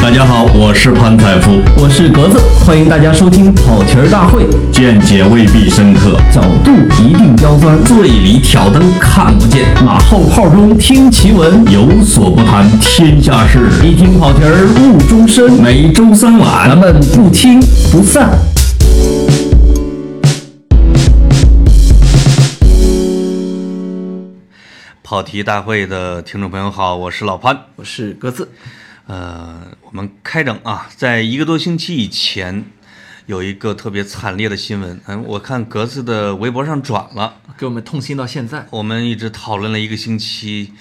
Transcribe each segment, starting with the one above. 大家好，我是潘采夫，我是格子，欢迎大家收听跑题儿大会，见解未必深刻，角度一定刁钻，醉里挑灯看不见，马后炮中听奇闻，有所不谈天下事，一听跑题儿误终身。每周三晚咱们不听不散。跑题大会的听众朋友好，我是老潘。我是格子，呃，我们开整啊，在一个多星期以前，有一个特别惨烈的新闻。嗯，我看格子的微博上转了，给我们痛心到现在。我们一直讨论了一个星期，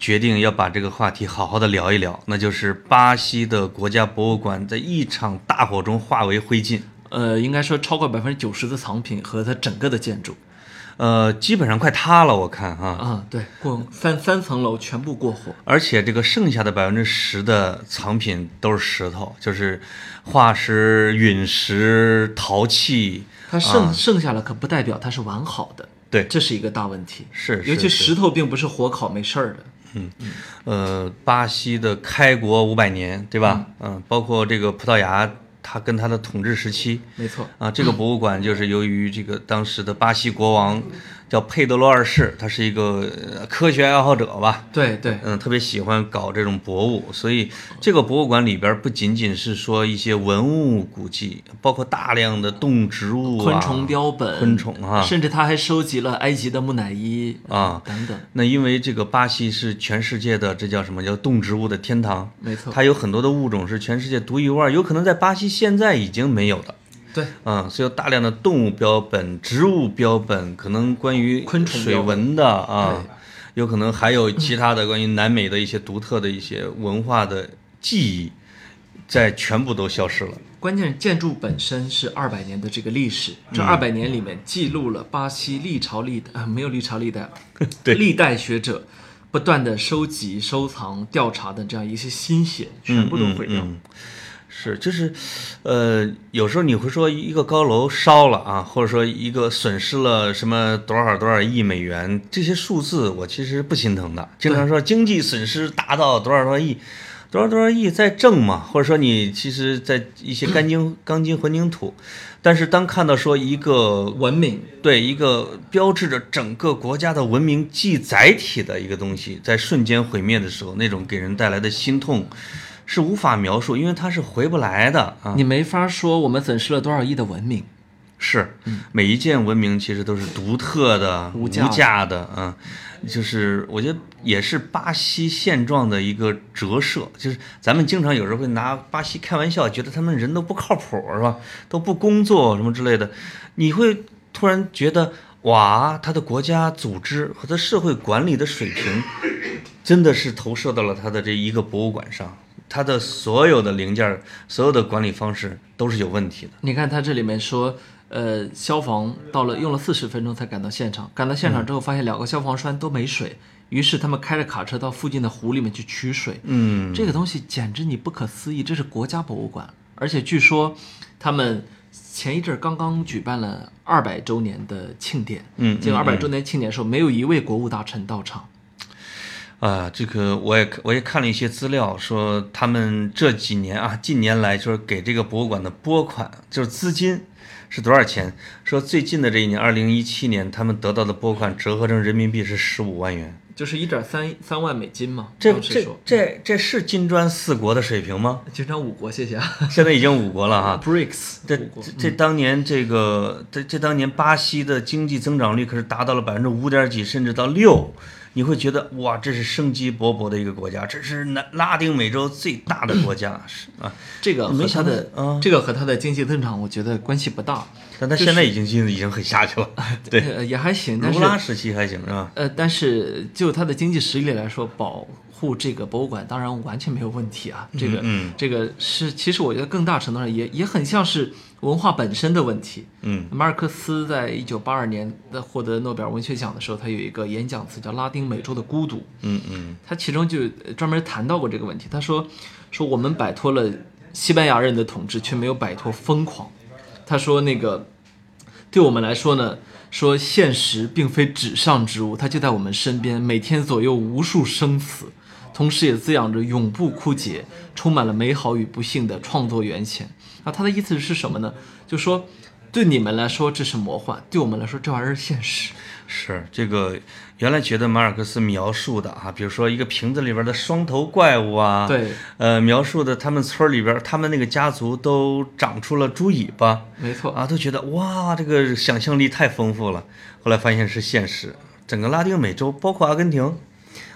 决定要把这个话题好好的聊一聊，那就是巴西的国家博物馆在一场大火中化为灰烬。呃，应该说超过百分之九十的藏品和它整个的建筑呃，基本上快塌了，我看哈、啊，对，过三三层楼全部过火。而且这个剩下的百分之十的藏品都是石头，就是化石、陨石、陶器。它剩、剩下了，可不代表它是完好的，对，这是一个大问题。是尤其是是石头并不是火烤没事儿的。呃，巴西的开国五百年，对吧？嗯、包括这个葡萄牙，它跟它的统治时期没错，啊，这个博物馆就是由于这个当时的巴西国王叫佩德罗二世，他是一个呃科学爱好者吧，对对，嗯，特别喜欢搞这种博物，所以这个博物馆里边儿不仅仅是说一些文物古迹，包括大量的动植物、啊、昆虫标本、昆虫啊甚至他还收集了埃及的木乃伊啊等等。那因为这个巴西是全世界的，这叫什么叫动植物的天堂？没错它有很多的物种是全世界独一无二，有可能在巴西现在已经没有的。对，啊，所以有大量的动物标本、植物标本，可能关于昆虫水标本文的啊，有可能还有其他的关于南美的一些独特的一些文化的记忆，在全部都消失了。关键建筑本身是二百年的这个历史，嗯这二百年里面记录了巴西历朝历代、啊没有历朝历代啊 对历代学者不断的收集、收藏、调查的这样一些心血，全部都毁掉。嗯嗯是，就是，呃，有时候你会说一个高楼烧了啊，或者说一个损失了什么多少多少亿美元，这些数字我其实不心疼的。经常说经济损失达到多少多少亿，多少多少亿在挣嘛，或者说你其实，在一些钢筋 钢筋混凝土，但是当看到说一个文明对一个标志着整个国家的文明记载体的一个东西，在瞬间毁灭的时候，那种给人带来的心痛是无法描述，因为它是回不来的啊。你没法说我们损失了多少亿的文明。是，每一件文明其实都是独特的、嗯无无价的价的啊，就是我觉得也是巴西现状的一个折射。就是咱们经常有时候会拿巴西开玩笑，觉得他们人都不靠谱，是吧？都不工作什么之类的，你会突然觉得哇，他的国家组织和他社会管理的水平，真的是投射到了他的这一个博物馆上。他的所有的零件儿、所有的管理方式都是有问题的。你看他这里面说，呃，消防到了用了四十分钟才赶到现场，赶到嗯现场之后发现两个消防栓都没水，于是他们开着卡车到附近的湖里面去取水。嗯，这个东西简直你不可思议，这是国家博物馆，而且据说他们前一阵儿刚刚举办了二百周年的庆典，嗯这个嗯二百周年庆典的时候没有一位国务大臣到场，啊，这个我也我也看了一些资料，说他们这几年啊，近年来就是给这个博物馆的拨款，就是资金是多少钱？说最近的这一年，二零一七年，他们得到的拨款折合成人民币是十五万元。就是一点三三万美金嘛，哦这当时这说，这这是金砖四国的水平吗？经常五国，谢谢啊 现在已经五国了 哈。 ，BRICS 这五国这这当年这个这这当年巴西的经济增长率可是达到了百分之五点几，甚至到六，你会觉得哇，这是生机勃勃的一个国家，这是南拉丁美洲最大的国家是啊，这个和没它想到的、啊这个和它的经济增长，我觉得关系不大。但它就是现在已经经济已经很下去了，哎对，呃，也还行，但卢拉是时期还行是吧？呃，但是就它的经济实力来说，保护这个博物馆当然完全没有问题啊。这个、嗯这个是其实我觉得更大程度上也也很像是文化本身的问题。嗯，马尔克斯在一九八二年的获得诺贝尔文学奖的时候，他有一个演讲词叫《拉丁美洲的孤独》。嗯嗯他其中就呃专门谈到过这个问题。他说，说我们摆脱了西班牙人的统治，却没有摆脱疯狂。他说，那个对我们来说呢，说现实并非纸上之物，它就在我们身边，每天左右无数生死。同时也滋养着永不枯竭、充满了美好与不幸的创作源泉。啊，他的意思是什么呢？就说对你们来说这是魔幻，对我们来说这玩意儿是现实。是这个，原来觉得马尔克斯描述的啊，比如说一个瓶子里边的双头怪物啊，对，呃，描述的他们村儿里边，他们那个家族都长出了猪尾巴没错，啊，都觉得哇，这个想象力太丰富了。后来发现是现实，整个拉丁美洲，包括阿根廷，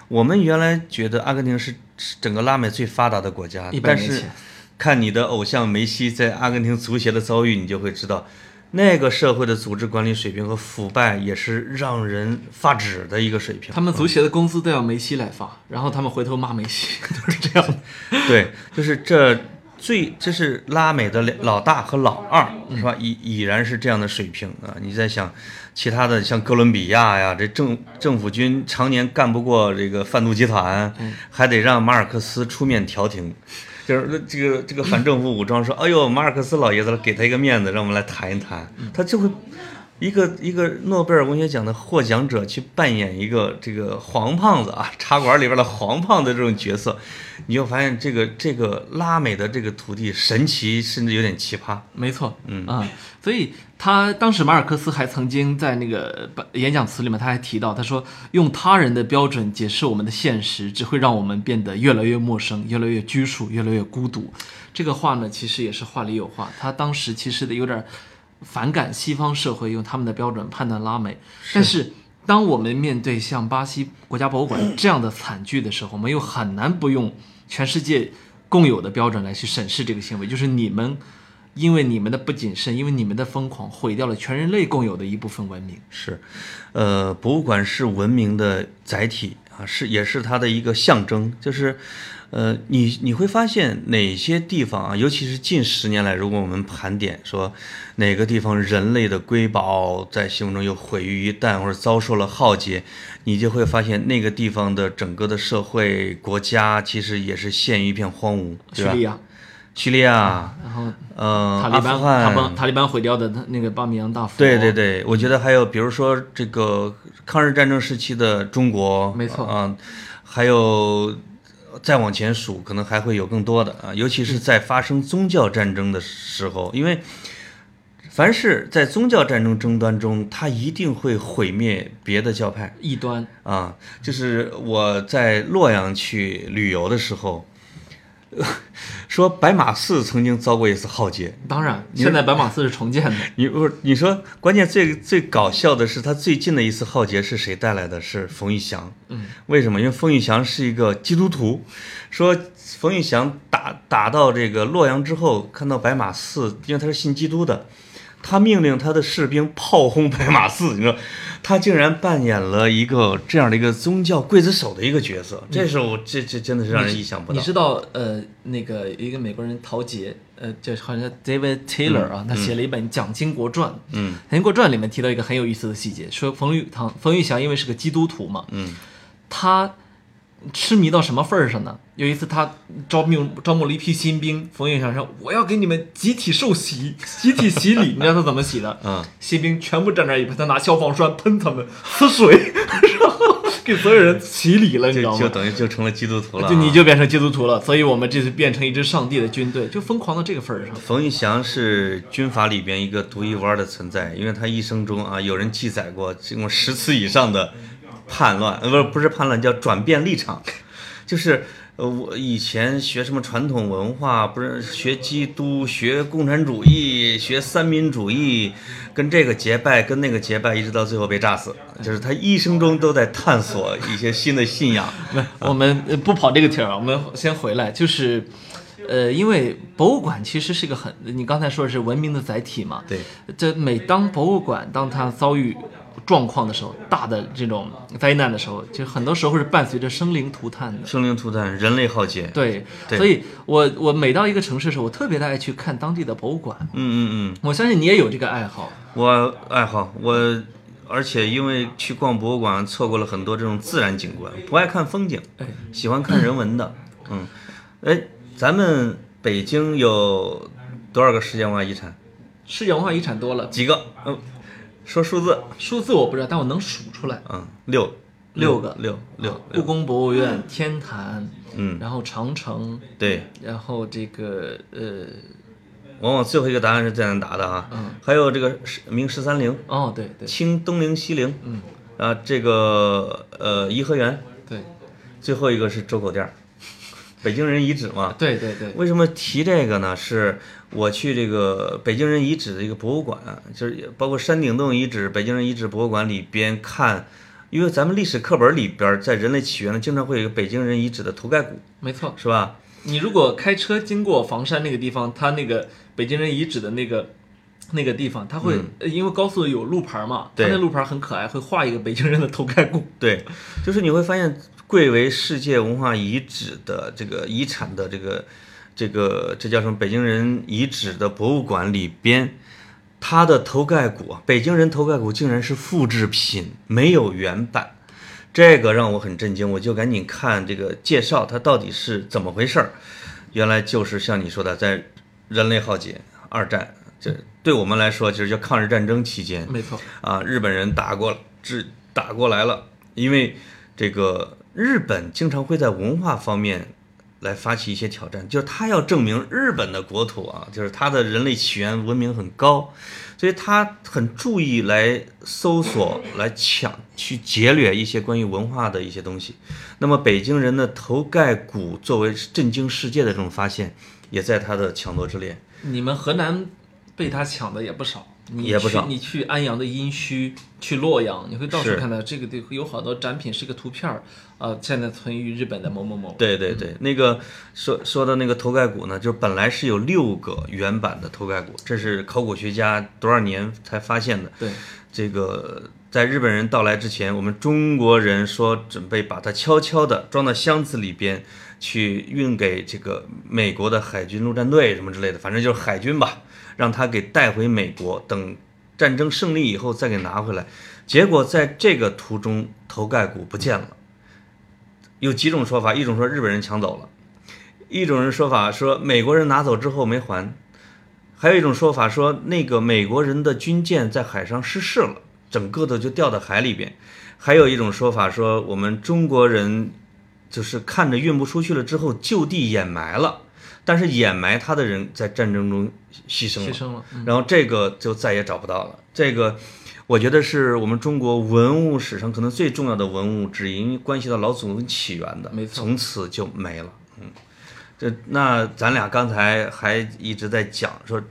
我们原来觉得阿根廷是是整个拉美最发达的国家100，但年是前看你的偶像梅西在阿根廷足协的遭遇，你就会知道，那个社会的组织管理水平和腐败也是让人发指的一个水平。他们足协的工资都要梅西来发，然后他们回头骂梅西， 都是这样的。 对，就是这最这是拉美的老大和老二是吧？已已然是这样的水平啊！你在想其他的像哥伦比亚呀，这政政府军常年干不过这个贩毒集团，还得让马尔克斯出面调停。就是这个这个反政府武装说，哎呦，马尔克斯老爷子了，给他一个面子，让我们来谈一谈。他就会一个一个诺贝尔文学奖的获奖者去扮演一个这个黄胖子啊，茶馆里边的黄胖子这种角色，你就发现这个这个拉美的这个土地神奇，甚至有点奇葩。没错，嗯啊，所以他当时马尔克斯还曾经在那个呃演讲词里面，他还提到，他说用他人的标准解释我们的现实，只会让我们变得越来越陌生，越来越拘束，越来越孤独。这个话呢，其实也是话里有话，他当时其实有点反感西方社会用他们的标准判断拉美，但是。当我们面对像巴西国家博物馆这样的惨剧的时候，我们又很难不用全世界共有的标准来去审视这个行为，就是你们因为你们的不谨慎，因为你们的疯狂，毁掉了全人类共有的一部分文明。是，呃，博物馆是文明的载体啊，是也是它的一个象征。就是，呃，你你会发现哪些地方啊，尤其是近十年来，如果我们盘点说哪个地方人类的瑰宝在心目中又毁于一旦，或者遭受了浩劫，你就会发现那个地方的整个的社会、国家其实也是陷于一片荒芜，对叙吧利？亚，叙利亚，然后呃，塔利阿班，富汗塔邦塔利班毁掉的那个巴米扬大佛，对对，对，我觉得还有比如说这个抗日战争时期的中国，没错啊、还有再往前数，可能还会有更多的啊，尤其是在发生宗教战争的时候，因为凡是在宗教战争争端中，它一定会毁灭别的教派，异端，啊，就是我在洛阳去旅游的时候， 说白马寺曾经遭过一次浩劫。当然，现在白马寺是重建的，你不是你说，关键最最搞笑的是，他最近的一次浩劫是谁带来的？是冯玉祥。嗯，为什么？因为冯玉祥是一个基督徒，说冯玉祥打打到这个洛阳之后，看到白马寺，因为他是信基督的，他命令他的士兵炮轰白马寺。你说，他竟然扮演了一个这样的一个宗教刽子手的一个角色，这是我这这真的是让人意想不嗯你到。知道，呃，那个一个美国人陶杰，呃，就好像叫 David Taylor 嗯啊，他写了一本《蒋经国传》。嗯，《蒋经国传》里面提到一个很有意思的细节，说冯玉堂冯玉祥因为是个基督徒嘛，嗯，他痴迷到什么份儿上呢？有一次他招募招募了一批新兵，冯玉祥说：“我要给你们集体受洗， 集体洗 礼。”你知道他怎么洗的？嗯，新兵全部站那儿一排，他拿消防栓喷他们，呲水， 然后给所有人洗礼了，你知道就吗？就等于就成了基督徒了啊、就你就变成基督徒了，所以我们这次变成一支上帝的军队，就疯狂到这个份儿上。冯玉祥是军阀里边一个独一无二的存在，因为他一生中啊，有人记载过这种十次以上的叛乱，呃，不是不是叛乱，叫转变立场，就是呃，我以前学什么传统文化，不是学基督、学共产主义、学三民主义，跟这个结拜，跟那个结拜，一直到最后被炸死，就是他一生中都在探索一些新的信仰。 啊我们呃不跑这个题儿啊，我们先回来，就是，呃，因为博物馆其实是一个很，你刚才说的是文明的载体嘛，对，这每当博物馆当它遭遇状况的时候，大的这种灾难的时候，就很多时候是伴随着生灵涂炭的。生灵涂炭，人类浩劫。对，对所以我我每到一个城市的时候，我特别的爱去看当地的博物馆。嗯嗯嗯。我相信你也有这个爱好，我爱好我，而且因为去逛博物馆，错过了很多这种自然景观，不爱看风景，哎喜欢看人文 的。嗯，哎，咱们北京有多少个世界文化遗产？世界文化遗产多了，呃几个？嗯，说数字。数字我不知道，但我能数出来。嗯，六。六个，哦六六故六，宫博物院、天坛，嗯，然后长城，对，然后这个呃，往往最后一个答案是最难答的啊。嗯还有这个十明十三陵、哦，对对清东陵、西陵，嗯，啊，这个呃颐和园，对最后一个是周口店儿，北京人遗址嘛。对对对，为什么提这个呢？是我去这个北京人遗址的一个博物馆，就是也包括山顶洞遗址、北京人遗址博物馆里边看，因为咱们历史课本里边在人类起源呢，经常会有一个北京人遗址的头盖骨，没错。是吧？你如果开车经过房山那个地方，它那个北京人遗址的那个那个地方，它会、呃因为高速有路牌嘛，它对那路牌很可爱，会画一个北京人的头盖骨。对，就是你会发现，贵为世界文化遗址的这个遗产的这个这个这叫什么？北京人遗址的博物馆里边，它的头盖骨，啊，北京人头盖骨竟然是复制品，没有原版。这个让我很震惊，我就赶紧看这个介绍，它到底是怎么回事儿。原来就是像你说的，在人类浩劫、二战，这对我们来说，就是叫抗日战争期间，没错，啊，日本人打过这打过来了，因为这个日本经常会在文化方面来发起一些挑战，就是他要证明日本的国土啊，就是他的人类起源文明很高，所以他很注意来搜索、来抢、去劫掠一些关于文化的一些东西。那么北京人的头盖骨作为震惊世界的这种发现，也在他的抢夺之列。你们河南被他抢的也不少。你也不去少你去安阳的殷墟，去洛阳，你会到处是看到这个地有好多展品，是个图片儿，呃，现在存于日本的某某某。对对对，那个说说的那个头盖骨呢，就是本来是有六个原版的头盖骨，这是考古学家多少年才发现的。对，这个在日本人到来之前，我们中国人说准备把它悄悄地装到箱子里边，去运给这个美国的海军陆战队什么之类的，反正就是海军吧，让他给带回美国，等战争胜利以后再给拿回来。结果在这个途中，头盖骨不见了。有几种说法，一种说日本人抢走了，一种人说法说美国人拿走之后没还，还有一种说法说那个美国人的军舰在海上失事了，整个的就掉到海里边，还有一种说法说我们中国人就是看着运不出去了之后就地掩埋了，但是掩埋他的人在战争中牺牲了牺。牲了。嗯然后这个就再也找不到了。这个我觉得是我们中国文物史上可能最重要的文物之一，因为关系到老祖宗起源的，没错从此就没了。嗯，这那咱俩刚才还一直在讲说，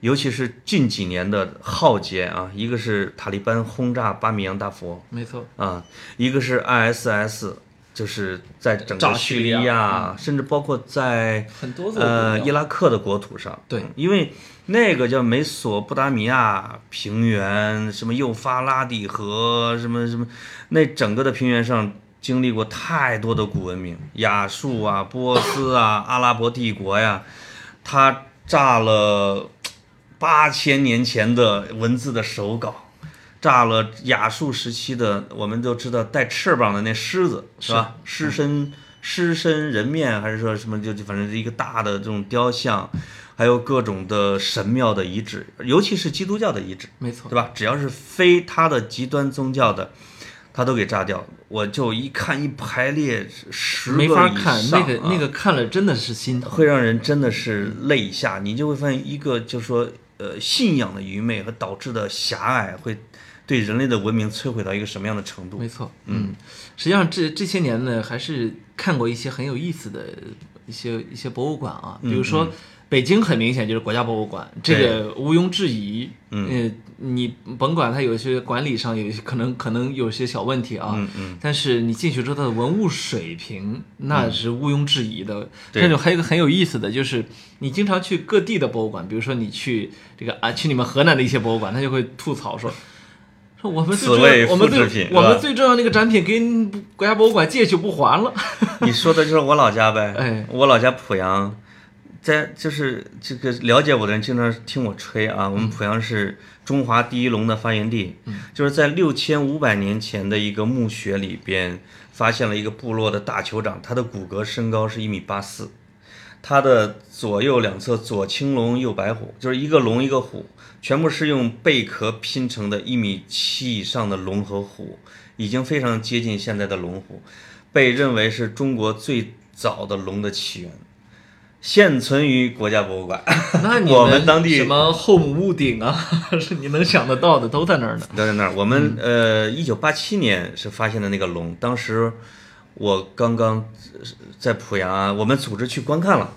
尤其是近几年的浩劫啊，一个是塔利班轰炸巴米扬大佛没错，啊，一个是 ISIS。就是在整炸个叙叙利利亚，甚至包括在很多座呃古伊拉克的国土上，对嗯，因为那个叫美索不达米亚平原，什么幼发拉底河，什么什么，那整个的平原上经历过太多的古文明，亚述啊、波斯啊、阿拉伯帝国呀，它炸了八千年前的文字的手稿。炸了亚述时期的，我们都知道带翅膀的那狮子是吧？狮身狮身人面还是说什么就就反正是一个大的这种雕像，还有各种的神庙的遗址，尤其是基督教的遗址，没错对，吧？只要是非他的极端宗教的，他都给炸掉。我就一看一排列十个没以法上，看那个啊那个看了真的是心疼。会让人真的是泪下，你就会发现一个就是说呃信仰的愚昧和导致的狭隘会对人类的文明摧毁到一个什么样的程度没？错，嗯，实际上这这些年呢，还是看过一些很有意思的一些一些博物馆啊，嗯比如说。北京很明显就是国家博物馆，这个毋庸置疑。嗯、你甭管它有些管理上有一些可能可能有些小问题啊，嗯嗯但是你进去之后它的文物水平那是毋庸置疑的。对甚至还有一个很有意思的，就是你经常去各地的博物馆，比如说你去这个啊去你们河南的一些博物馆，他就会吐槽说。说我们最此重要谓我们复最制品我是们吧最重要那个展品给你国家博物馆借去不还了。你说的就是我老家呗，哎我老家濮阳，在就是这个了解我的人经常听我吹啊，我们濮阳是中华第一龙的发源地，就是在六千五百年前的一个墓穴里边发现了一个部落的大酋长，他的骨骼身高是一米八四，它的左右两侧左青龙右白虎，就是一个龙一个虎，全部是用贝壳拼成的一米七以上的龙和虎，已经非常接近现在的龙虎，被认为是中国最早的龙的起源，现存于国家博物馆。 那你我们当地什么后母屋顶啊， 是你能想得到的都在那儿呢。都在那儿。我们、呃，一九八七年是发现的那个龙，当时我刚刚呃在濮阳，啊我们组织去观看了。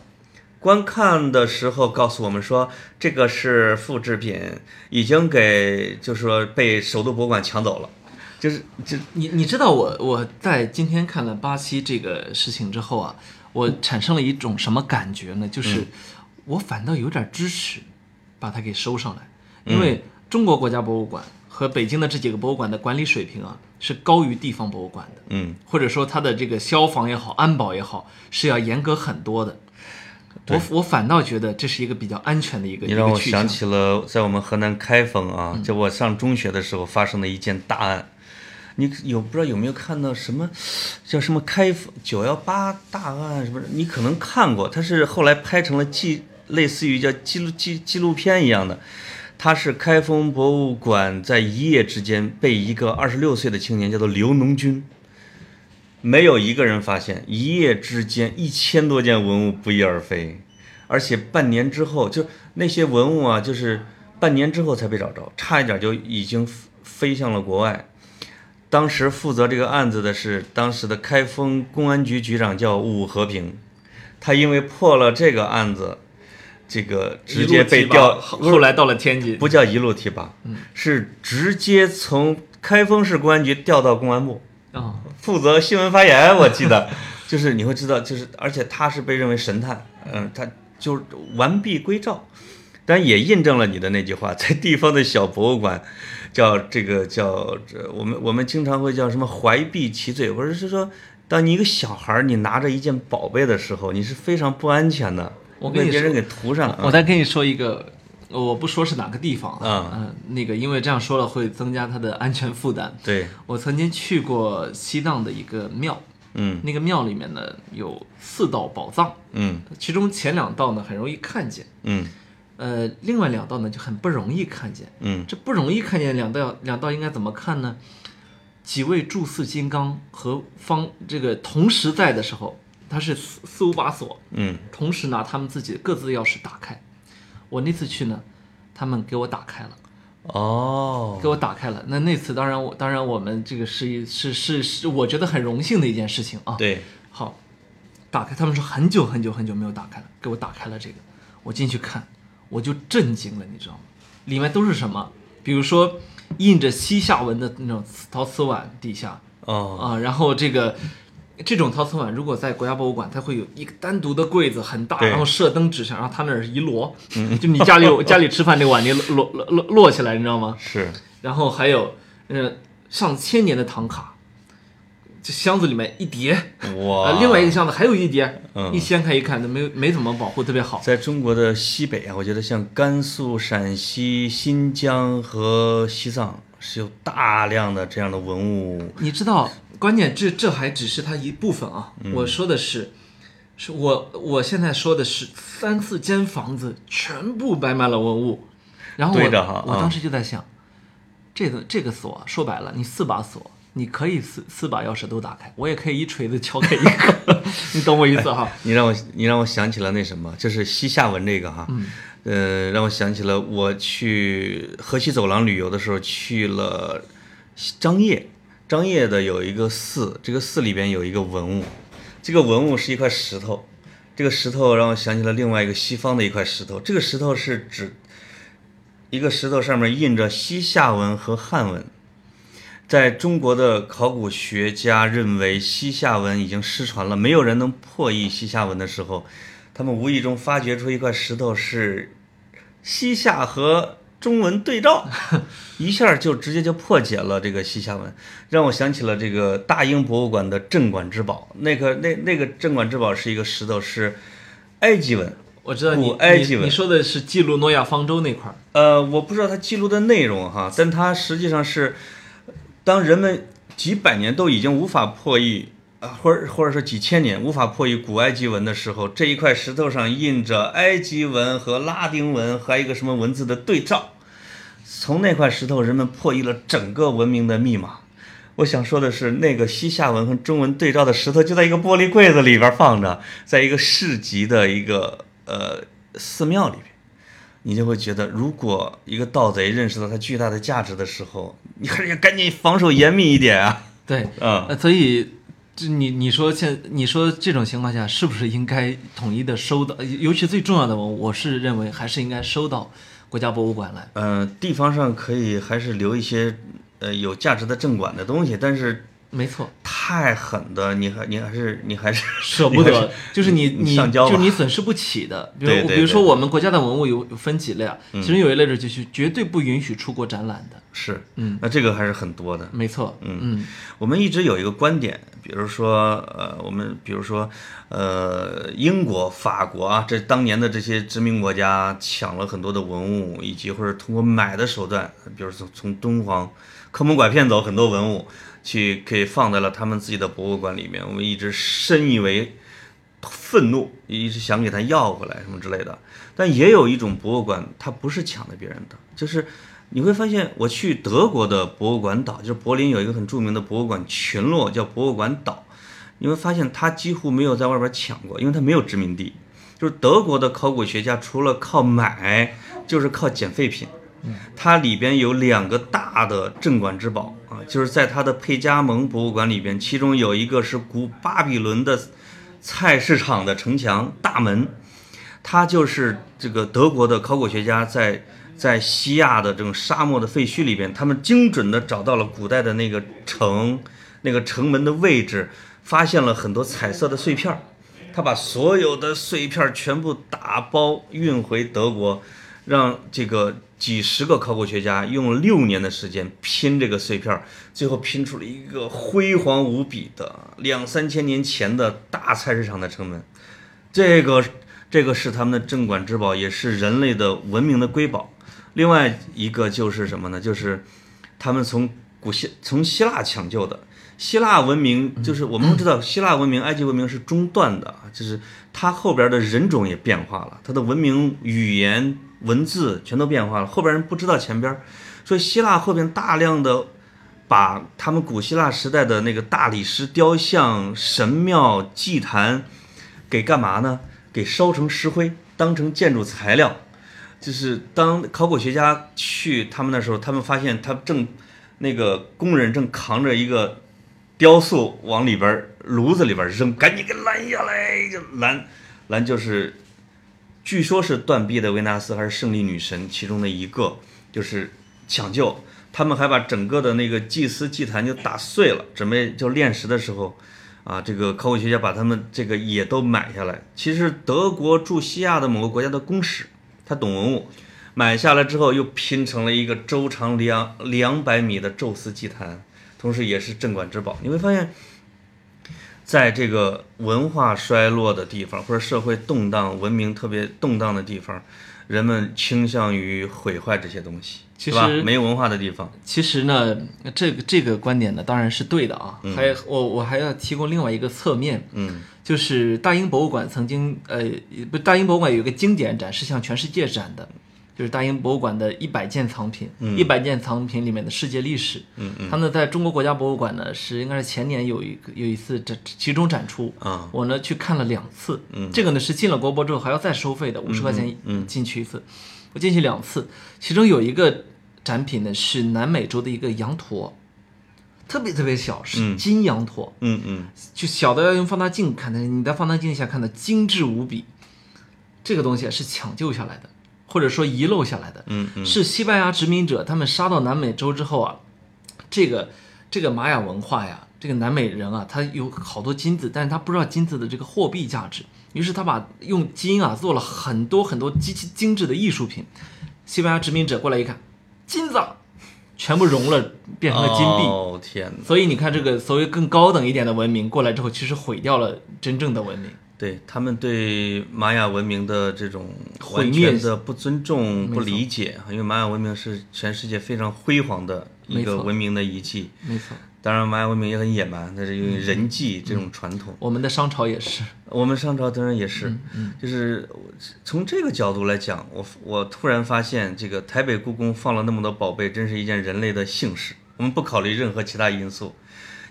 观看的时候告诉我们说，这个是复制品，已经给就是说被首都博物馆抢走了，就是就你你知道我我在今天看了巴西这个事情之后啊，我产生了一种什么感觉呢？嗯就是我反倒有点支持把它给收上来，因嗯为中国国家博物馆和北京的这几个博物馆的管理水平啊是高于地方博物馆的，嗯，或者说它的这个消防也好、安保也好是要严格很多的。我我反倒觉得这是一个比较安全的一个你一让个我去想向。嗯起了在我们河南开封啊，就我上中学的时候发生的一件大案。你有不知道有没有看到什么叫什么开封九幺八大案什么？你可能看过，它是后来拍成了纪类似于叫纪录纪纪录片一样的。它是开封博物馆在一夜之间被一个二十六岁的青年叫做刘农军，没有一个人发现，一夜之间一千多件文物不翼而飞，而且半年之后，就那些文物啊，就是半年之后才被找着，差一点就已经飞飞向了国外。当时负责这个案子的是当时的开封公安局局长叫武和平，他因为破了这个案子，这个直接被调，后后来到了天津，啊不叫一路提拔，是直接从开封市公安局调到公安部。啊、负责新闻发言，我记得， 就是你会知道，就是而且他是被认为神探，嗯，他就是完璧归赵，但也印证了你的那句话，在地方的小博物馆，叫这个叫这我们我们经常会叫什么怀璧其罪，或者是说，当你一个小孩儿你拿着一件宝贝的时候，你是非常不安全的，我跟被你别说人给涂上，我嗯再跟你说一个，我不说是哪个地方啊嗯、那个因为这样说了会增加它的安全负担。对，我曾经去过西藏的一个庙，嗯那个庙里面呢有四道宝藏，嗯其中前两道呢很容易看见，嗯呃，另外两道呢就很不容易看见。嗯这不容易看见两道，两道应该怎么看呢？几位住寺金刚和方这个同时在的时候，他是四四五把锁，嗯同时拿他们自己各自的钥匙打开。我那次去呢，他们给我打开了，哦给，我打开了。那那次当然我当然我们这个是一是是是，我觉得很荣幸的一件事情啊。，对，好，打开，他们说很久很久很久没有打开了，给我打开了这个，我进去看，我就震惊了，你知道吗？里面都是什么？比如说印着西夏文的那种陶瓷碗底下哦，啊、然后这个。这种陶瓷碗如果在国家博物馆，它会有一个单独的柜子，很大，对然后射灯指向，然后它那儿一摞，就你家里有 家里吃饭那碗，你摞摞摞摞起来，你知道吗？是，然后还有，呃，上千年的唐卡，这箱子里面一叠，哇呃，，另外一个箱子还有一叠，哦嗯一掀开一看，都没有没怎么保护，特别好。在中国的西北啊，我觉得像甘肃、陕西、新疆和西藏是有大量的这样的文物。你知道，关键这这还只是它一部分啊。嗯我说的是，是我我现在说的是三四间房子全部摆满了文物，然后我对的哈我嗯当时就在想，这个这个锁说白了，你四把锁。你可以四四把钥匙都打开，我也可以一锤子敲开一个， 你懂我意思哈？你让我，你让我想起了那什么，就是西夏文这个哈，呃，让我想起了我去河西走廊旅游的时候去了张掖，张掖的有一个寺，这个寺里边有一个文物，这个文物是一块石头，这个石头让我想起了另外一个西方的一块石头，这个石头是指一个石头上面印着西夏文和汉文。在中国的考古学家认为西夏文已经失传了，没有人能破译西夏文的时候，他们无意中发掘出一块石头是西夏和中文对照，一下就直接就破解了这个西夏文，让我想起了这个大英博物馆的镇馆之宝，那个那那个镇馆之宝是一个石头是埃及文，我知道古你埃你及文你说的是记录诺亚方舟那块儿，呃，我不知道它记录的内容哈，但它实际上是，当人们几百年都已经无法破译啊，或者或者说几千年无法破译古埃及文的时候，这一块石头上印着埃及文和拉丁文，还有一个什么文字的对照。从那块石头，人们破译了整个文明的密码。我想说的是，那个西夏文和中文对照的石头就在一个玻璃柜子里边放着，在一个市集的一个呃寺庙里边，你就会觉得，如果一个盗贼认识到它巨大的价值的时候， 你还是要赶紧防守严密一点啊！对，啊、 呃，所以这你你说现你说这种情况下，是不是应该统一的收到？呃尤其最重要的文物，我是认为还是应该收到国家博物馆来。呃，地方上可以还是留一些呃有价值的镇馆的东西，但是没错，太狠的，你还你还是你还是舍不你还得是，就是你你你上交吧就你损失不起的。比如对对比如说对嗯我们国家的文物有有分几类啊，其中有一类是就是绝对不允许出国展览的。是，嗯，那这个还是很多的。没错，嗯我们一直有一个观点，比如说，呃，我们比如说，呃，英国、法国啊，这当年的这些殖民国家抢了很多的文物，以及或者通过买的手段，比如说从敦煌坑蒙拐骗走很多文物，去可以放在了他们自己的博物馆里面。我们一直深以为愤怒，一直想给他要回来什么之类的。但也有一种博物馆，它不是抢的别人的，就是你会发现，我去德国的博物馆岛，就是柏林有一个很著名的博物馆群落叫博物馆岛，你会发现它几乎没有在外边抢过，因为它没有殖民地。就是德国的考古学家除了靠买，就是靠捡废品。它里边有两个大的镇馆之宝啊，就是在它的佩加蒙博物馆里边，其中有一个是古巴比伦的菜市场的城墙大门，它就是这个德国的考古学家在在西亚的这种沙漠的废墟里边，他们精准地找到了古代的那个城，那个城门的位置，发现了很多彩色的碎片儿。他把所有的碎片儿全部打包运回德国，让这个几十个考古学家用了六年的时间拼这个碎片儿，最后拼出了一个辉煌无比的两三千年前的大菜市场的城门。这个这个是他们的镇馆之宝，也是人类的文明的瑰宝。另外一个就是什么呢？就是他们从古希从希腊抢救的。希腊文明就是我们都知道，希腊文明、埃及文明是中断的，就是它后边的人种也变化了，它的文明、语言、文字全都变化了，后边人不知道前边儿，所以希腊后边大量的把他们古希腊时代的那个大理石雕像、神庙、祭坛，给干嘛呢？给烧成石灰，当成建筑材料。就是当考古学家去他们那时候，他们发现他正那个工人正扛着一个雕塑往里边儿炉子里边儿扔，赶紧给拦下来！就拦拦就是，据说是断臂的维纳斯还是胜利女神其中的一个，就是抢救。他们还把整个的那个祭司祭坛就打碎了，准备就炼石的时候，啊，这个考古学家把他们这个也都买下来。其实德国驻西亚的某个国家的公使，他懂文物，买下来之后又拼成了一个周长两两百米的宙斯祭坛，同时也是镇馆之宝。你会发现，在这个文化衰落的地方，或者社会动荡、文明特别动荡的地方，人们倾向于毁坏这些东西，其是吧实？没文化的地方，其实呢，这个这个观点呢，当然是对的啊。还我我还要提供另外一个侧面，嗯，就是大英博物馆曾经呃，不，大英博物馆有一个经典展是向全世界展的，就是大英博物馆的一百件藏品，一百、件藏品里面的世界历史。嗯嗯，他们在中国国家博物馆呢是应该是前年有一个有一次展集中展出，啊我呢去看了两次，嗯，这个呢是进了国博之后还要再收费的，五十块钱进去一次，我进去两次，其中有一个展品呢是南美洲的一个羊驼，特别特别小，是金羊驼，嗯嗯。就小的要用放大镜看的，你在放大镜下看的精致无比。这个东西啊是抢救下来的，或者说遗漏下来的。嗯，是西班牙殖民者他们杀到南美洲之后啊，这个这个玛雅文化呀，这个南美人啊，他有好多金子，但是他不知道金子的这个货币价值，于是他把用金啊做了很多很多极其精致的艺术品。西班牙殖民者过来一看，金子啊全部融了，变成了金币。哦天哪！所以你看，这个所谓更高等一点的文明过来之后，其实毁掉了真正的文明。对他们对玛雅文明的这种毁完灭全的不尊重、不理解，因为玛雅文明是全世界非常辉煌的一没个错文明的遗迹。没错，当然，马雅文明也很野蛮，它是因为人际这种传统。我们的商朝也是，我们商朝当然也是，就是我从这个角度来讲，我我突然发现，这个台北故宫放了那么多宝贝，真是一件人类的幸事。我们不考虑任何其他因素，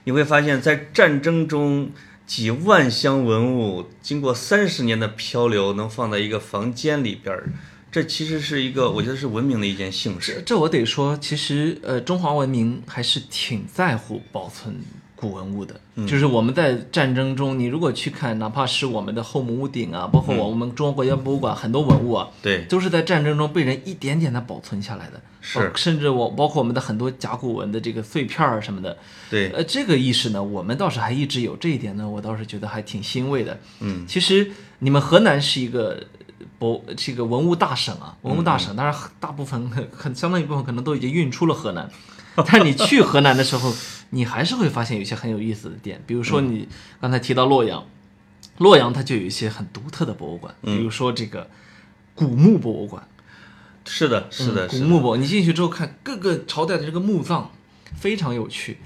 你会发现在战争中，几万箱文物经过三十年的漂流，能放在一个房间里边儿，这其实是一个我觉得是文明的一件幸事。这这我得说，其实呃，中华文明还是挺在乎保存古文物的。就是我们在战争中，你如果去看，哪怕是我们的后母屋顶啊，包括我们中国国家博物馆很多文物啊，对，都是在战争中被人一点点的保存下来的。是包甚至我包括我们的很多甲骨文的这个碎片儿什么的。对，呃，这个意识呢，我们倒是还一直有这一点呢，我倒是觉得还挺欣慰的。嗯，其实你们河南是一个博这个文物大省啊，文物大嗯省，当然很大部分很很相当一部分可能都已经运出了河南，但你去河南的时候，你还是会发现有一些很有意思的点，比如说嗯你刚才提到洛阳，洛阳它就有一些很独特的博物馆，嗯比如说这个古墓博物馆，是的，是的，古是的，墓博，你进去之后看各个朝代的这个墓葬，非常有趣。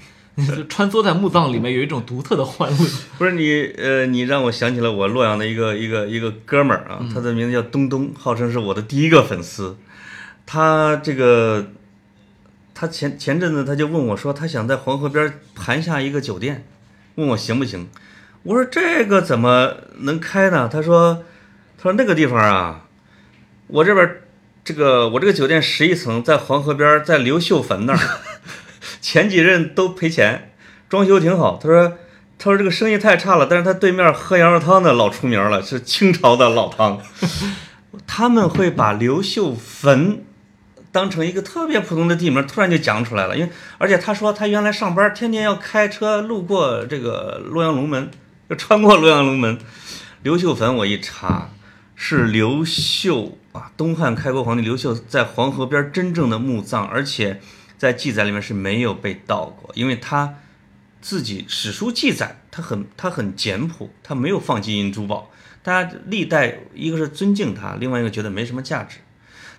就穿梭在墓葬里面，有一种独特的欢乐。 不是你，呃，你让我想起了我洛阳的一个一个一个哥们儿啊，他的名字叫东东，号称是我的第一个粉丝。他这个，他前前阵子他就问我说，他想在黄河边盘下一个酒店，问我行不行。我说这个怎么能开呢？他说，他说那个地方啊，我这边这个我这个酒店十一层，在黄河边，在刘秀坟那儿，前几任都赔钱，装修挺好。他说。他说这个生意太差了，但是他对面喝羊肉汤的老出名了，是清朝的老汤。 他们会把刘秀坟当成一个特别普通的地名，突然就讲出来了。因为而且他说他原来上班天天要开车路过这个洛阳龙门，就穿过洛阳龙门。刘秀坟我一查，是刘秀啊，东汉开国皇帝刘秀在黄河边真正的墓葬，而且在记载里面是没有被盗过，因为他。自己史书记载，他很他很简朴，他没有放金银珠宝。大家历代一个是尊敬他，另外一个觉得没什么价值。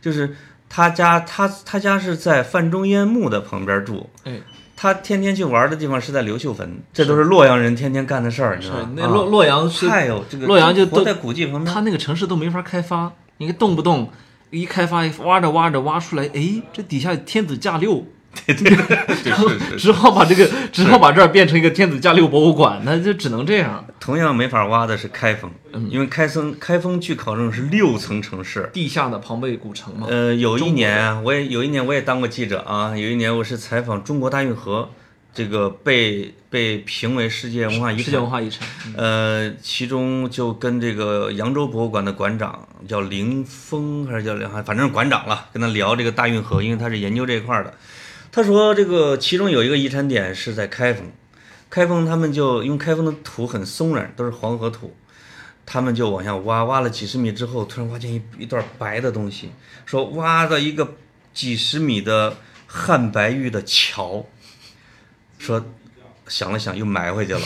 就是他家他他家是在范仲淹墓的旁边住，哎，他天天去玩的地方是在刘秀坟，这都是洛阳人天天干的事儿，你知是道吗？那洛洛阳是啊太有这个洛阳就活都在古迹旁边， 他那个城市都没法开发，你看动不动一开发挖着挖着挖出来，哎，这底下天子驾六，是是只好把这个只好把这儿变成一个天子驾六博物馆，那就只能这样， 同样没法挖的是开封，嗯因为开封开封据考证是六层城市，地下的庞贝古城嘛。呃，有一年啊我也有一年我也当过记者啊，有一年我是采访中国大运河，这个被被评为世界文化遗世界产文。化遗产，呃，其中就跟这个扬州博物馆的馆长叫林峰还是叫梁，反正是馆长了，跟他聊这个大运河，因为他是研究这一块儿的。他说这个其中有一个遗产点是在开封， 开封他们就因为开封的土很松软，都是黄河土，他们就往下挖，挖了几十米之后，突然发现一一段白的东西，说挖到一个几十米的汉白玉的桥，说想了想又埋回去了，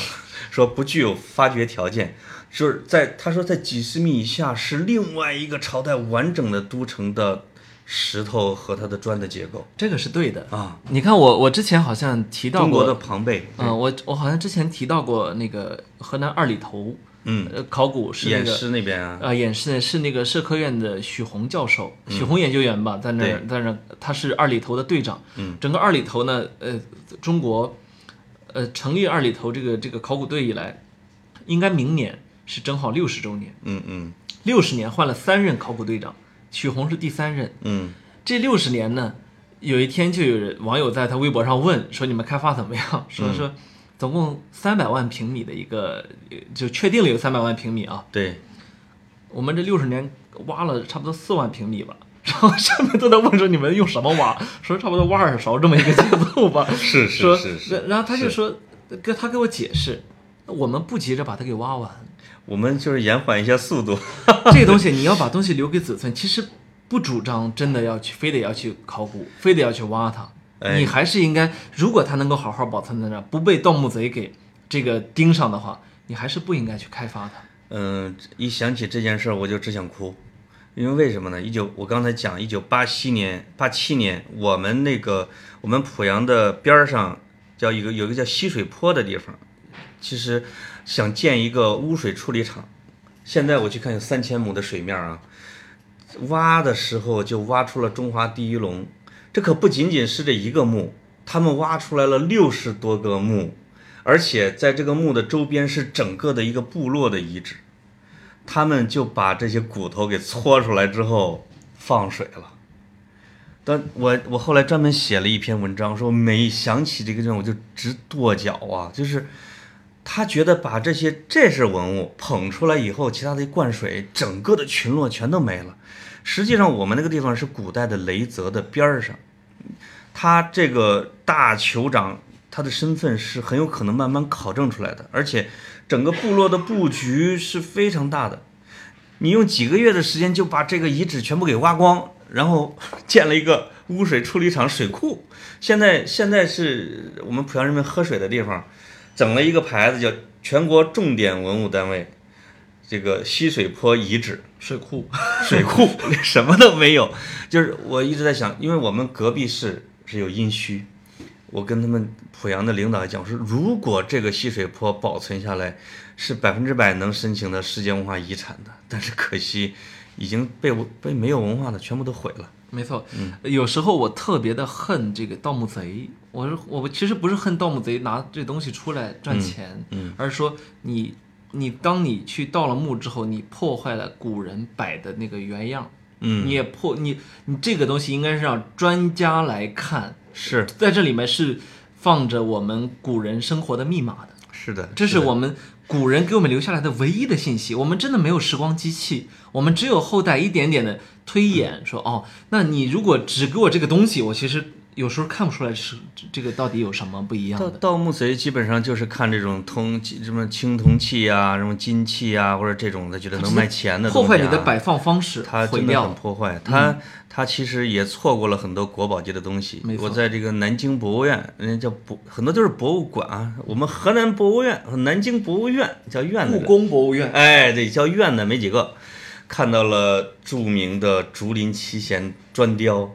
说不具有发掘条件，就是在他说在几十米以下是另外一个朝代完整的都城的石头和它的砖的结构这个是对的。啊，你看我我之前好像提到中过国的庞贝，嗯、我我好像之前提到过那个河南二里头，嗯，呃，考古是那偃个师那边啊，啊，演示呢是那个社科院的许宏教授，许宏研究员吧，在那儿在那儿，他是二里头的队长。嗯，整个二里头呢，呃，中国，呃，成立二里头这个这个考古队以来，应该明年是正好六十周年，嗯嗯六十年换了三任考古队长，许宏是第三任。嗯，这六十年呢，有一天就有人网友在他微博上问说：“你们开发怎么样？” 嗯说说总共三百万平米的一个，呃就确定了有三百万平米啊。对，我们这六十年挖了差不多四万平米吧。 然后上面都在问说你们用什么挖，说差不多挖耳勺这么一个节奏吧。 是说是是是，然后他就说，跟他给我解释，我们不急着把它给挖完，我们就是延缓一下速度，这个东西你要把东西留给子孙，其实不主张真的要去，非得要去考古，非得要去挖它。哎你还是应该，如果它能够好好保存在那儿，不被盗墓贼给这个盯上的话，你还是不应该去开发它。嗯，一想起这件事儿，我就只想哭，因为为什么呢？一九，我刚才讲一九八七年，八七年，我们那个我们濮阳的边儿上叫一个有一个叫溪水坡的地方，其实想建一个污水处理厂。现在我去看有三千亩的水面啊，挖的时候就挖出了中华第一龙，这可不仅仅是这一个墓，他们挖出来了六十多个墓，而且在这个墓的周边是整个的一个部落的遗址，他们就把这些骨头给搓出来之后放水了。但我我后来专门写了一篇文章，说每想起这个地方我就直跺脚啊，就是他觉得把这些这是文物捧出来以后，其他的一灌水，整个的群落全都没了。实际上，我们那个地方是古代的雷泽的边儿上，他这个大酋长，他的身份是很有可能慢慢考证出来的，而且整个部落的布局是非常大的。你用几个月的时间就把这个遗址全部给挖光，然后建了一个污水处理厂水库。现在现在是我们濮阳人民喝水的地方，整了一个牌子叫全国重点文物单位，这个溪水坡遗址。水库，水库 什么都没有。就是我一直在想，因为我们隔壁市是有殷墟，我跟他们濮阳的领导讲，我说如果这个溪水坡保存下来，是百分之百能申请的世界文化遗产的。但是可惜，已经被我被没有文化的全部都毁了。没错。嗯有时候我特别的恨这个盗墓贼，我是我其实不是恨盗墓贼拿这东西出来赚钱，嗯而是说你你当你去盗了墓之后，你破坏了古人摆的那个原样，嗯你也破你你这个东西应该是让专家来看，是在这里面是放着我们古人生活的密码的。是的，这是的我们古人给我们留下来的唯一的信息。我们真的没有时光机器，我们只有后代一点点的推嗯演，说哦，那你如果只给我这个东西，我其实有时候看不出来是这个到底有什么不一样盗的。盗墓贼基本上就是看这种铜器什么青铜器啊，什么金器啊，或者这种的觉得能卖钱的、东破坏西你的啊摆放方式，他毁真的很掉。嗯破坏，他他其实也错过了很多国宝级的东西没。错我在这个南京博物院，人家叫博，很多就是博物馆啊。我们河南博物院和南京博物院叫院故的，宫博 物院，哎，对，叫院的没几个，看到了著名的竹林七贤砖雕，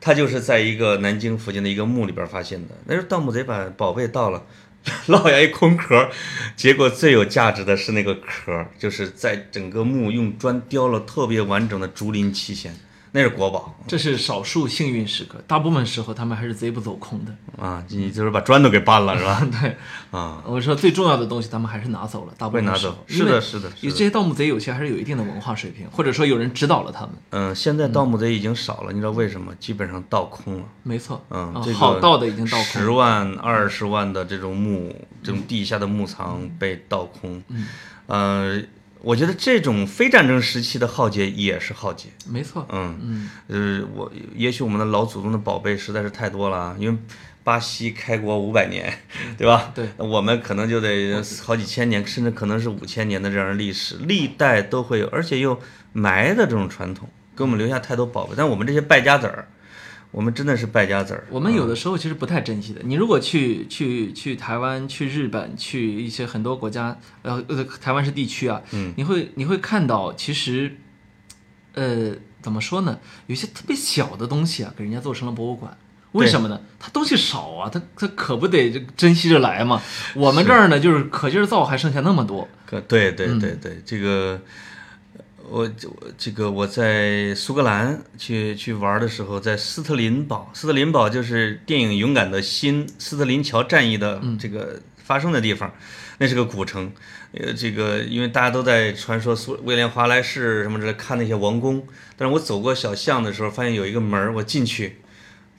它就是在一个南京附近的一个墓里边发现的。那是盗墓贼把宝贝盗了。 落下一空壳，结果最有价值的是那个壳，就是在整个墓用砖雕了特别完整的竹林七贤，那是国宝这是少数幸运时刻，大部分时候他们还是贼不走空的。啊！你就是把砖都给搬了是吧？对，啊，我说最重要的东西他们还是拿走了，大部会分拿时候走，因是为的，是的，是这的。些盗墓贼有些还是有一定的文化水平，或者说有人指导了他们。嗯，现在盗墓贼已经少了，你知道为什么？基本上盗空了。没错，嗯啊，这个好盗的已经盗空十了，万、二十万的这种墓，这种地下的墓藏被盗空。嗯，呃，我觉得这种非战争时期的浩劫也是浩劫。没错，嗯，嗯，就是我，也许我们的老祖宗的宝贝实在是太多了啊，因为巴西开国五百年， 对吧？嗯对，我们可能就得好几千年，甚至可能是五千年的这样的历史，历代都会有，而且又埋的这种传统，给我们留下太多宝贝。但我们这些败家子儿，我们真的是败家子儿。我们有的时候其实不太珍惜的。你如果去去去台湾、去日本、去一些很多国家，呃呃，台湾是地区啊，嗯你会你会看到，其实，呃，怎么说呢？有些特别小的东西啊，给人家做成了博物馆。为什么呢？它东西少啊，它它可不得这珍惜着来嘛。我们这儿呢，就是可劲儿造，还剩下那么多。可对对对对，这个我就这个我在苏格兰去去玩的时候，在斯特林堡，斯特林堡就是电影《勇敢的心》斯特林桥战役的这个发生的地方，那是个古城。呃，这个因为大家都在传说苏威廉华莱士什么之类看那些王宫，但是我走过小巷的时候，发现有一个门儿，我进去，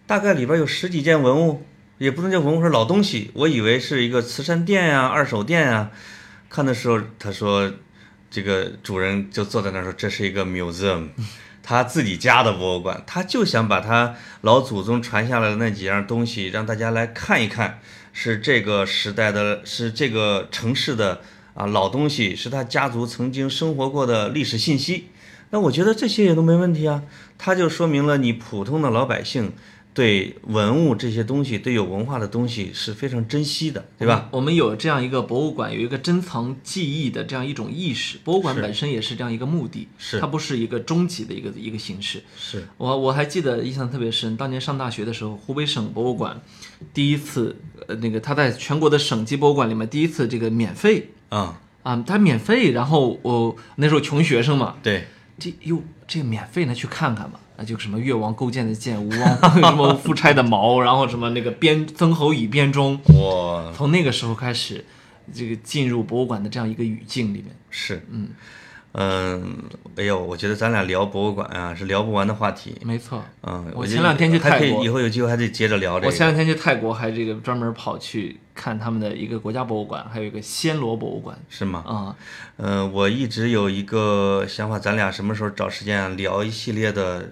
大概里边有十几件文物，也不能叫文物，是老东西。我以为是一个慈善店呀、二手店啊呀、看的时候，他说这个主人就坐在那儿说这是一个 museum，他自己家的博物馆，他就想把他老祖宗传下来的那几样东西让大家来看一看，是这个时代的，是这个城市的啊老东西，是他家族曾经生活过的历史信息。那我觉得这些也都没问题啊，它就说明了你普通的老百姓对文物这些东西，对有文化的东西是非常珍惜的，对吧？嗯我们有这样一个博物馆，有一个珍藏记忆的这样一种意识。博物馆是本身也是这样一个目的，是它不是一个终极的一个一个形式。是我我还记得印象特别深，当年上大学的时候，湖北省博物馆第一次，呃，那个他在全国的省级博物馆里面第一次这个免费啊、啊，他免费，然后我那时候穷学生嘛，对，这哟这个免费呢去看看吧。啊，就什么越王勾践的剑，吴王 什么夫差的矛，然后什么那个编曾侯乙编钟，我从那个时候开始，这个进入博物馆的这样一个语境里面。是嗯嗯，哎呦，我觉得咱俩聊博物馆啊是聊不完的话题。没错，嗯，我觉得前两天去还可泰以国以后有机会还得接着聊这我前个。两天去泰国，还这个专门跑去看他们的一个国家博物馆，还有一个暹罗博物馆。是吗？啊、呃，我一直有一个想法，咱俩什么时候找时间啊聊一系列的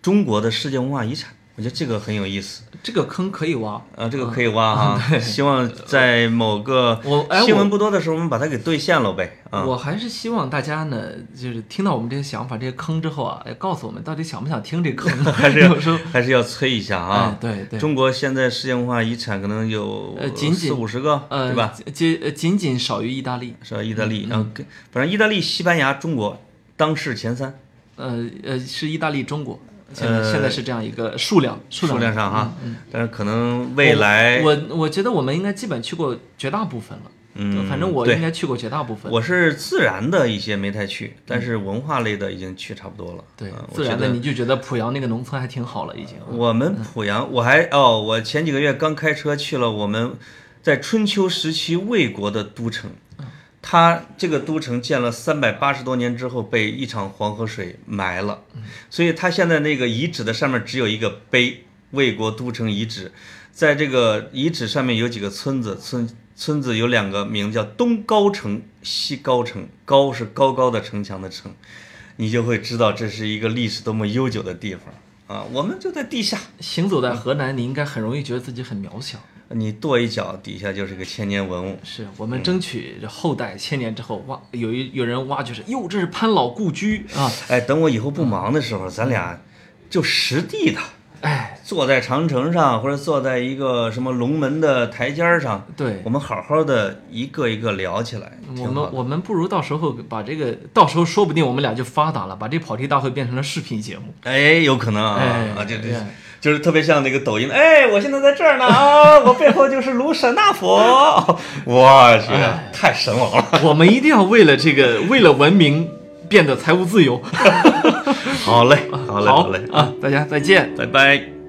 中国的世界文化遗产？我觉得这个很有意思。这个坑可以挖。啊，这个可以挖哈，希望在某个我哎新我闻不多的时候，我们把它给兑现了呗。啊，我还是希望大家呢，就是听到我们这些想法、这些坑之后啊，也告诉我们到底想不想听这坑。 还是要有时候，还是要催一下啊哎。，对对，中国现在世界文化遗产可能有呃仅仅四五十个，呃，嗯对吧？？仅呃仅仅少于意大利，是吧？意大利，然后跟反正意大利、西班牙、中国当世前三呃呃，是意大利、中国，现在、呃现在是这样一个数量数量数量上哈，但是可能未来嗯我我觉得我们应该基本去过绝大部分了。嗯反正我对应该去过绝大部分。我是自然的一些没太去，但是文化类的已经去差不多了。对嗯，自我觉然得的你就觉得濮阳那个农村还挺好了，已经。我们濮阳，我还哦，我前几个月刚开车去了我们在春秋时期魏国的都城，它这个都城建了三百八十多年之后被一场黄河水埋了，所以它现在那个遗址的上面只有一个碑——魏国都城遗址。在这个遗址上面有几个村子，村村子有两个名叫东高城、西高城，高是高高的城墙的城，你就会知道这是一个历史多么悠久的地方啊！我们就在地下，行走在河南，你应该很容易觉得自己很渺小。你跺一脚，底下就是个千年文物。是我们嗯争取这后代千年之后挖，有一有人挖掘是，哟，这是潘老 故居啊！哎，等我以后不忙的时候，咱俩就实地的哎，坐在长城上，或者坐在一个什么龙门的台阶儿上，对我，们好好的一个一个聊起来，我挺好们的。我们不如到时候把这个，到时候说不定我们俩就发达了，把这跑题大会变成了视频节目。 哎，有可能啊，哎啊，这这哎就是特别像那个抖音，哎，我现在在这儿呢啊，我背后就是卢舍那佛， 我去，哎太神往了。 我们一定要为了这个，为了文明，变得财务自由。好嘞，好嘞，好嘞，啊，大家再见。拜拜。